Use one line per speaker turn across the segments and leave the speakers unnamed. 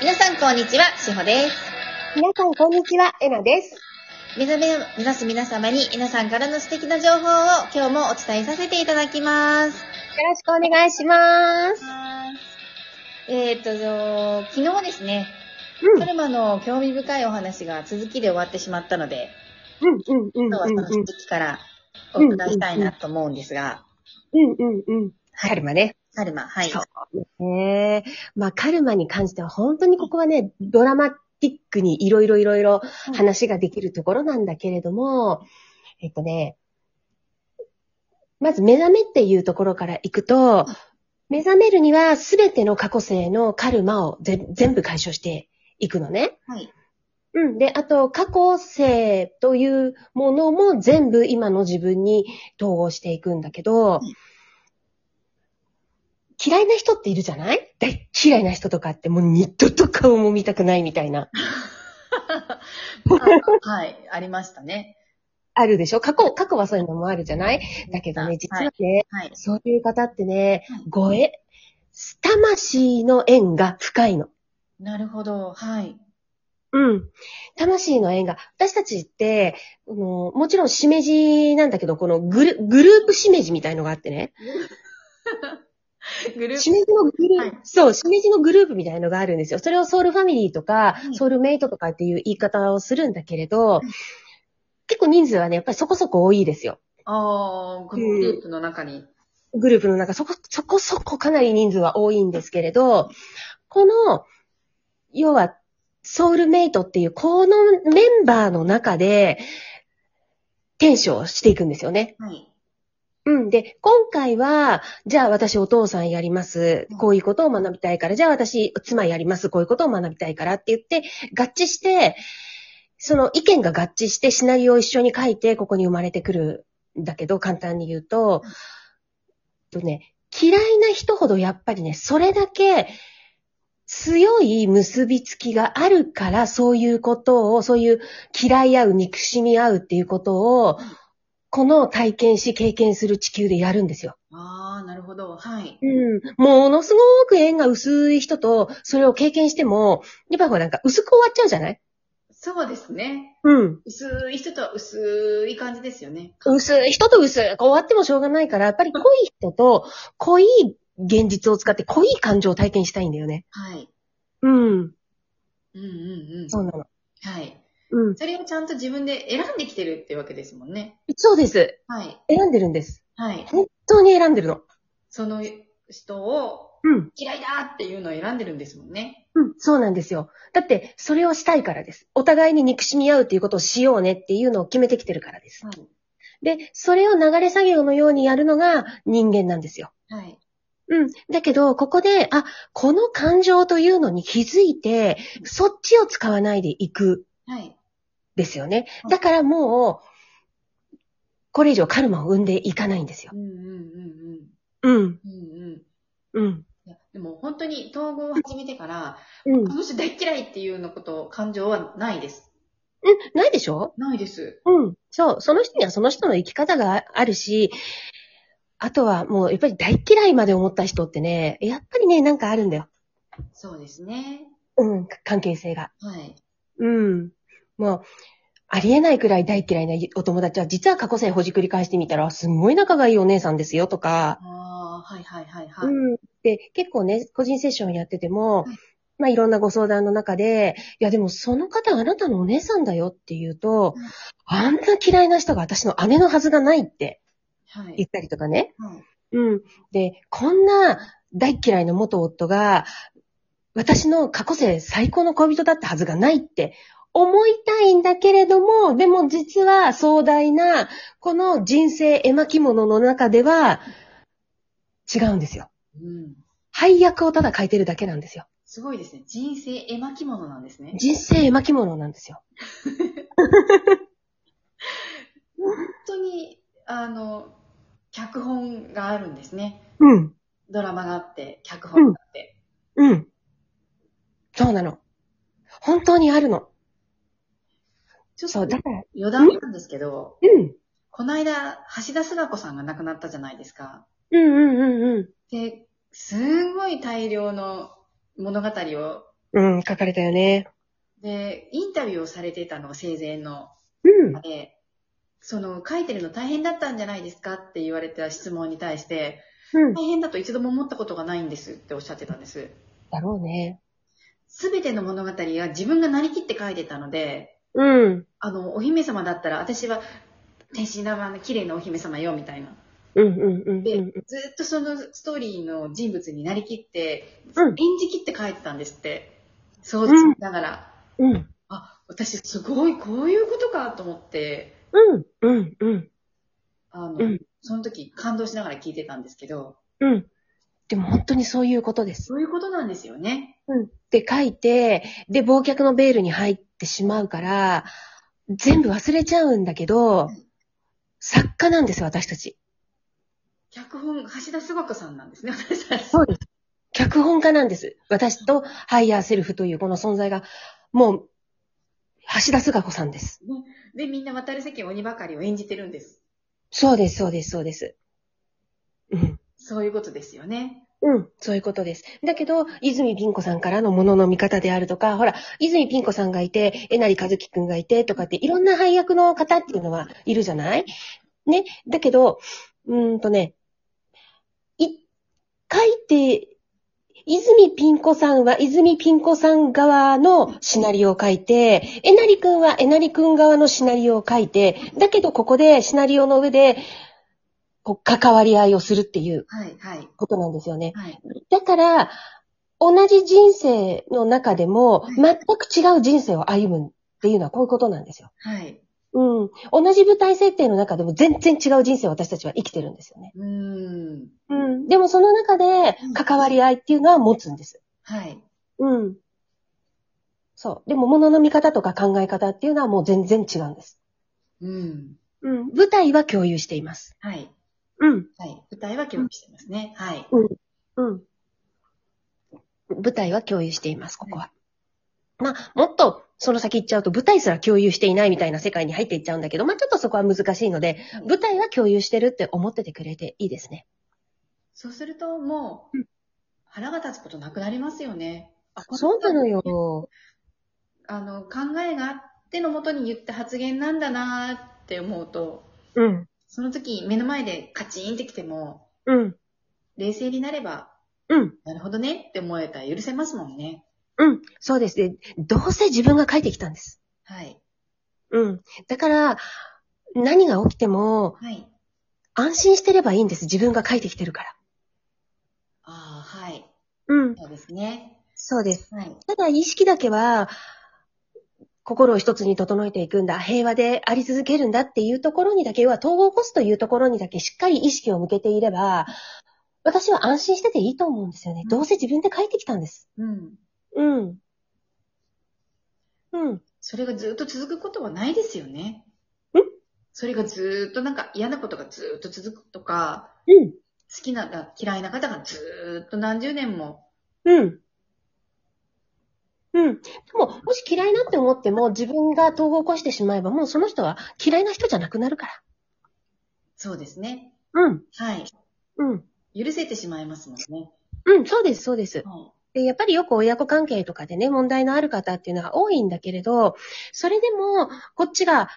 皆さんこんにちは、しほです。
皆さん、こんにちは。えなです。
目覚めを目指す皆様に皆さんからの素敵な情報を今日もお伝えさせていただきます。
よろしくお願いします。
えーっとじゃあ、昨日ですね、
うん
トルマの興味深いお話が続きで終わってしまったので、
うん、うん、うん、うん、
今日はその続きからお伺いしたいなと思うんですが、
うん、うん、うん。
はい
カルマね。
カルマ、はい。
そうへえ。まあ、カルマに関しては、本当にここはね、ドラマティックにいろいろいろいろ話ができるところなんだけれども、えっとね、まず目覚めっていうところからいくと、目覚めるには全ての過去性のカルマをぜ全部解消していくのね。
はい。
うん。で、あと、過去性というものも全部今の自分に統合していくんだけ
う
ど、
ん
嫌いな人っているじゃない大嫌いな人とかってもう二度と顔も見たくないみたいな。
あはい、ありましたね。
あるでしょ過去、過去はそういうのもあるじゃないだけどね、実はね、
はい。
そういう方ってね
はい、
ごえ、魂の縁が深いの。
なるほど、はい。
うん。魂の縁が、私たちって、あのもちろんしめじなんだけど、このグルグループしめじみたいのがあってね。
グルー
しめじのグループ、
はい
そう、しめじのグループみたいのがあるんですよ。それをソウルファミリーとか、
はい
ソウルメイトとかっていう言い方をするんだけれど、結構人数はね、やっぱりそこそこ多いですよ。
プ、あーグループの中に。
グループの中、そこ、そこそこかなり人数は多いんですけれど、この、要は、ソウルメイトっていう、このメンバーの中で、転生をしていくんですよね。
はい。
うん。で、今回は、じゃあ私お父さんやります
うん。
こういうことを学びたいから。じゃあ私妻やります。こういうことを学びたいからって言って、合致して、その意見が合致してシナリオを一緒に書いて、ここに生まれてくるんだけど、簡単に言うと、とね、嫌いな人ほどやっぱりね、それだけ強い結びつきがあるから、そういうことを、そういう嫌い合う、憎しみ合うっていうことを、この体験し経験する地球でやるんですよ。
ああ、なるほど、はい。
うん。ものすごく縁が薄い人と、それを経験しても、やっぱほらなんか薄く終わっちゃうじゃない
そうですね。
うん。
薄い人とは薄い感じですよね。
薄い人と薄く終わってもしょうがないから、やっぱり濃い人と濃い現実を使って濃い感情を体験したいんだよね。
はい。
うん。
うんうんうん。
そうなの。
はい。
うん。
それをちゃんと自分で選んできてるってわけですもんね。
そうです。
はい。
選んでるんです。
はい。
本当に選んでるの。
その人を
うん。
嫌いだっていうのを選んでるんですもんね。
うん。そうなんですよ。だって、それをしたいからです。お互いに憎しみ合うっていうことをしようねっていうのを決めてきてるからです。
はい。
で、それを流れ作業のようにやるのが人間なんですよ。
はい。
うん。だけど、ここで、あ、この感情というのに気づいて、そっちを使わないでいく、
はい。
ですよね。だからもう、これ以上カルマを生んでいかないんですよ
う。んうんうん
うん。
うん。うんうん。
うん。
いやでも本当に統合を始めてから、
うん。
この人大嫌いっていうようなこと、感情はないです。
ないでしょ
ないです。
うん。そう。その人にはその人の生き方があるし、あとはもう、やっぱり大嫌いまで思った人ってね、やっぱりね、なんかあるんだよ。
そうですね。
うん。関係性が。
はい。
うん。まあ、ありえないくらい大嫌いなお友達は、実は過去性ほじくり返してみたら、すんごい仲がいいお姉さんですよとか、
ああ、はいはいはいはい。
うん。で、結構ね、個人セッションやってても
はい、
まあいろんなご相談の中で、いやでもその方あなたのお姉さんだよって言うと
うん、
あんな嫌いな人が私の姉のはずがないって
はい。
言ったりとかね。
はい
うん。で、こんな大嫌いな元夫が、私の過去世最高の恋人だったはずがないって思いたいんだけれども、でも実は壮大な、この人生絵巻物の中では、違うんですよ。
うん。
配役をただ書いてるだけなんですよ。
すごいですね。人生絵巻物なんですね。
人生絵巻物なんですよ。
本当に、あの、脚本があるんですね。
うん。
ドラマがあって、脚本があって。
うん。そうなの。本当にあるの。
ちょ
そ
っ
う、
と
だから、
余談なんですけど、
うん。
この間、橋田須賀子さんが亡くなったじゃないですか。
うんうんうんうん。
で、すごい大量の物語を
うん、書かれたよね。
で、インタビューをされてたの、生前の。
うん。
で、その、書いてるの大変だったんじゃないですかって言われた質問に対して、
うん。
大変だと一度も思ったことがないんですっておっしゃってたんです。
だろうね。
すべての物語は自分がなりきって書いてたので、
うん。
あの、お姫様だったら、私は、天真爛漫の綺麗なお姫様よ、みたいな。
うんうんうん
で
うん。
ずっとそのストーリーの人物になりきって、
うん
演じきって書いてたんですって。そうしながら、
うん。
あ、私すごい、こういうことかと思って、
うん。うん。うん。
あの、
うん
その時感動しながら聞いてたんですけど、
うん。でも本当にそういうことです。
そういうことなんですよね。
うん。って書いて、で、忘却のベールに入ってしまうから、全部忘れちゃうんだけど、作家なんですよ、私たち。
脚本、橋田壽賀子さんなんですね、私たち。
そうです。脚本家なんです。私とハイヤーセルフというこの存在が、もう、橋田壽賀子さんです。
で、みんな渡る世間鬼ばかりを演じてるんです。
そうです、そうです、そうです。うん。
そういうことですよね。
うん。そういうことです。だけど、泉ピン子さんからのものの見方であるとか、ほら、泉ピン子さんがいて、えなりかずきくんがいて、とかって、いろんな配役の方っていうのはいるじゃないね。だけど、うーんとね、い、書いて、泉ピン子さんは泉ピン子さん側のシナリオを書いて、えなりくんはえなりくん側のシナリオを書いて、だけどここでシナリオの上で、こう、関わり合いをするっていう
はい、はい、
ことなんですよね。
はい。
だから、同じ人生の中でも、
い
全く違う人生を歩むっていうのはこういうことなんですよ。
はい。
うん。同じ舞台設定の中でも全然違う人生を私たちは生きてるんですよね。
うーん。
うん。でもその中で
うん
関わり合いっていうのは持つんです。
はい。
うん。そう。でも物の見方とか考え方っていうのはもう全然違うんです。
うん。
うん。舞台は共有しています。
はい。
うん。
はい。舞台は共有してますね。はい。
うん。舞台は共有しています、ここは。まあ、もっと、その先行っちゃうと、舞台すら共有していないみたいな世界に入っていっちゃうんだけど、まあちょっとそこは難しいので、舞台は共有してるって思っててくれていいですね。
そうすると、もう、腹が立つことなくなりますよね。あ
そうなの。よ。
あの、考えがあってのもとに言った発言なんだなーって思うと、
うん。
その時目の前でカチンってきても、
うん。
冷静になれば、
うん。
なるほどねって思えたら許せますもんね。
うん。そうですね。どうせ自分が書いてきたんです。
はい。
うん。だから、何が起きても、
はい。
安心してればいいんです。自分が書いてきてるから。
ああ、はい。
うん。
そうですね。
そうです。
はい。
ただ意識だけは、心を一つに整えていくんだ、平和であり続けるんだっていうところにだけ、要は統合を起こすというところにだけしっかり意識を向けていれば、私は安心してていいと思うんですよね。どうせ自分で書いてきたんです。
うん。
うん。うん。
それがずっと続くことはないですよね。
ん
それがずーっとなんか嫌なことがずーっと続くとか、
うん。
好きな、だ嫌いな方がずーっと何十年も。
うん。うん。でも、もし嫌いなって思っても、自分が統合を起こしてしまえば、もうその人は嫌いな人じゃなくなるか
そうですね。
ら。うん。
はい。
うん。
許せてしまいますもんね。
うん、そうです、そうです。
は
で、やっぱりよく親子関係とかでね、問題のある方っていうのが多いんだけれど、それでも、こっちが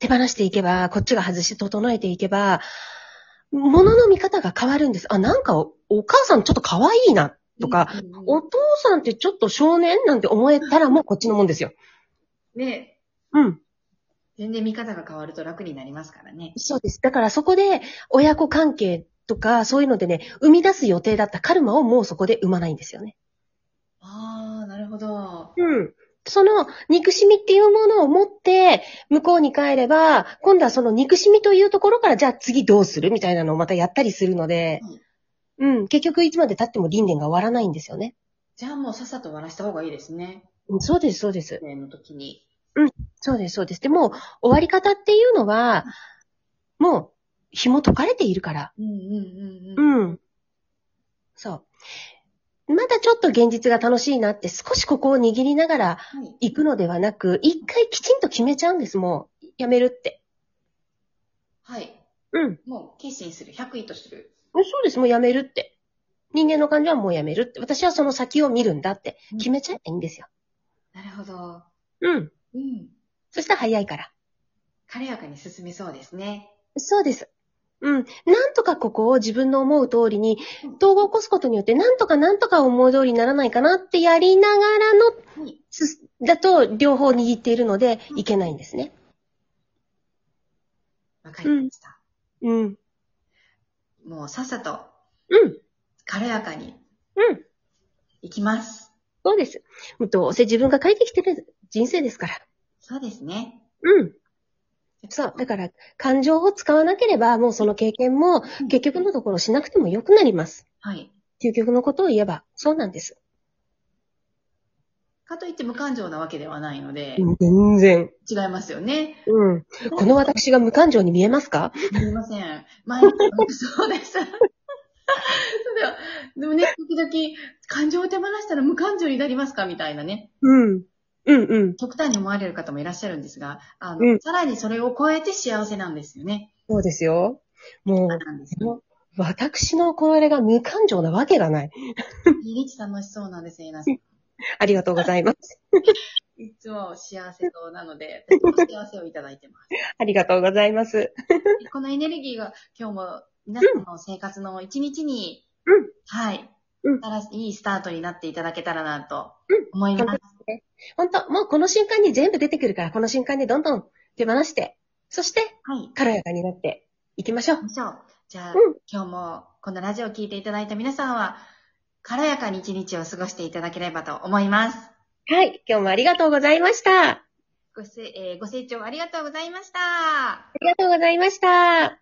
手放していけば、こっちが外して整えていけば、ものの見方が変わるんです。あ、なんかお、お母さんちょっと可愛いな、
い
とか、、
うんうん
お父さんってちょっと少年なんて思えたらもうこっちのもんですよ。
ね、
うん。
全然見方が変わると楽になりますからね。
そうです。だからそこで、親子関係とか、そういうのでね、生み出す予定だったカルマをもうそこで生まないんですよね。
ああ、なるほど。
うん。その憎しみっていうものを持って、向こうに帰れば、今度はその憎しみというところから、じゃあ次どうするみたいなのをまたやったりするので、うん、結局いつまで経っても輪廻が終わらないんですよね。
じゃあもうさっさと終わらした方がいいですね。
うんそうです、そうです。
例の時に。
そうです、そうです。でも、終わり方っていうのは、もう、紐解かれているから。
うんうんうんうん。
うん。そう。まだちょっと現実が楽しいなって、少しここを握りながら
はい。
行くのではなく、一回きちんと決めちゃうんです、もう。やめるって。
はい。
うん。
もう決心する。100位とする。
そうです、もうやめるって。人間の感情はもうやめるって。私はその先を見るんだって決めちゃえばいいんですよ。
なるほど。
うん。
うん。
そしたら早いから。
軽やかに進みそうですね。
そうです。うん。なんとかここを自分の思う通りに、統合を起こすことによって、なんとかなんとか思う通りにならないかなってやりながらの、
はい。
すだと両方握っているので、いけないんですね。
わかりました。
うん。
もうさっさと
うん。
軽やかに
うん。
行きます。
そうです。もうどうせ自分が書いてきてる人生ですから。
そうですね。
うん。そう。だから、感情を使わなければ、もうその経験も、結局のところしなくても良くなります。
はい。
究極のことを言えば、そうなんです。
かといって無感情なわけではないので、
全然。
違いますよね。
うん。この私が無感情に見えますか
すみません。毎日、そうです。そうだよでもね、時々、感情を手放したら無感情になりますかみたいなね、
うん。うんうん。
極端に思われる方もいらっしゃるんですが、あの、
うん
さらにそれを超えて幸せなんですよね。
そうですよ。もう、
なんですよ。
私のこれが無感情なわけがない。
リチ楽しそうなんですよ、皆さん。
ありがとうございます。
いつも幸せそうなので、 私も幸せをいただいてます。
ありがとうございます。
このエネルギーが今日も皆さんの生活の一日に、
うん
はい、
うん
新しいいいスタートになっていただけたらなと
うん
思います。
本当もうこの瞬間に全部出てくるから、この瞬間にどんどん手放して、そして、
はい。
軽やかになっていきましょう
行き。ましょう。じゃあ、
うん
今日もこのラジオを聞いていただいた皆さんは、軽やかに一日を過ごしていただければと思います。
はい。今日もありがとうございました。あ
ごせ、えーご清聴ありがとうございました。
りがとうございました。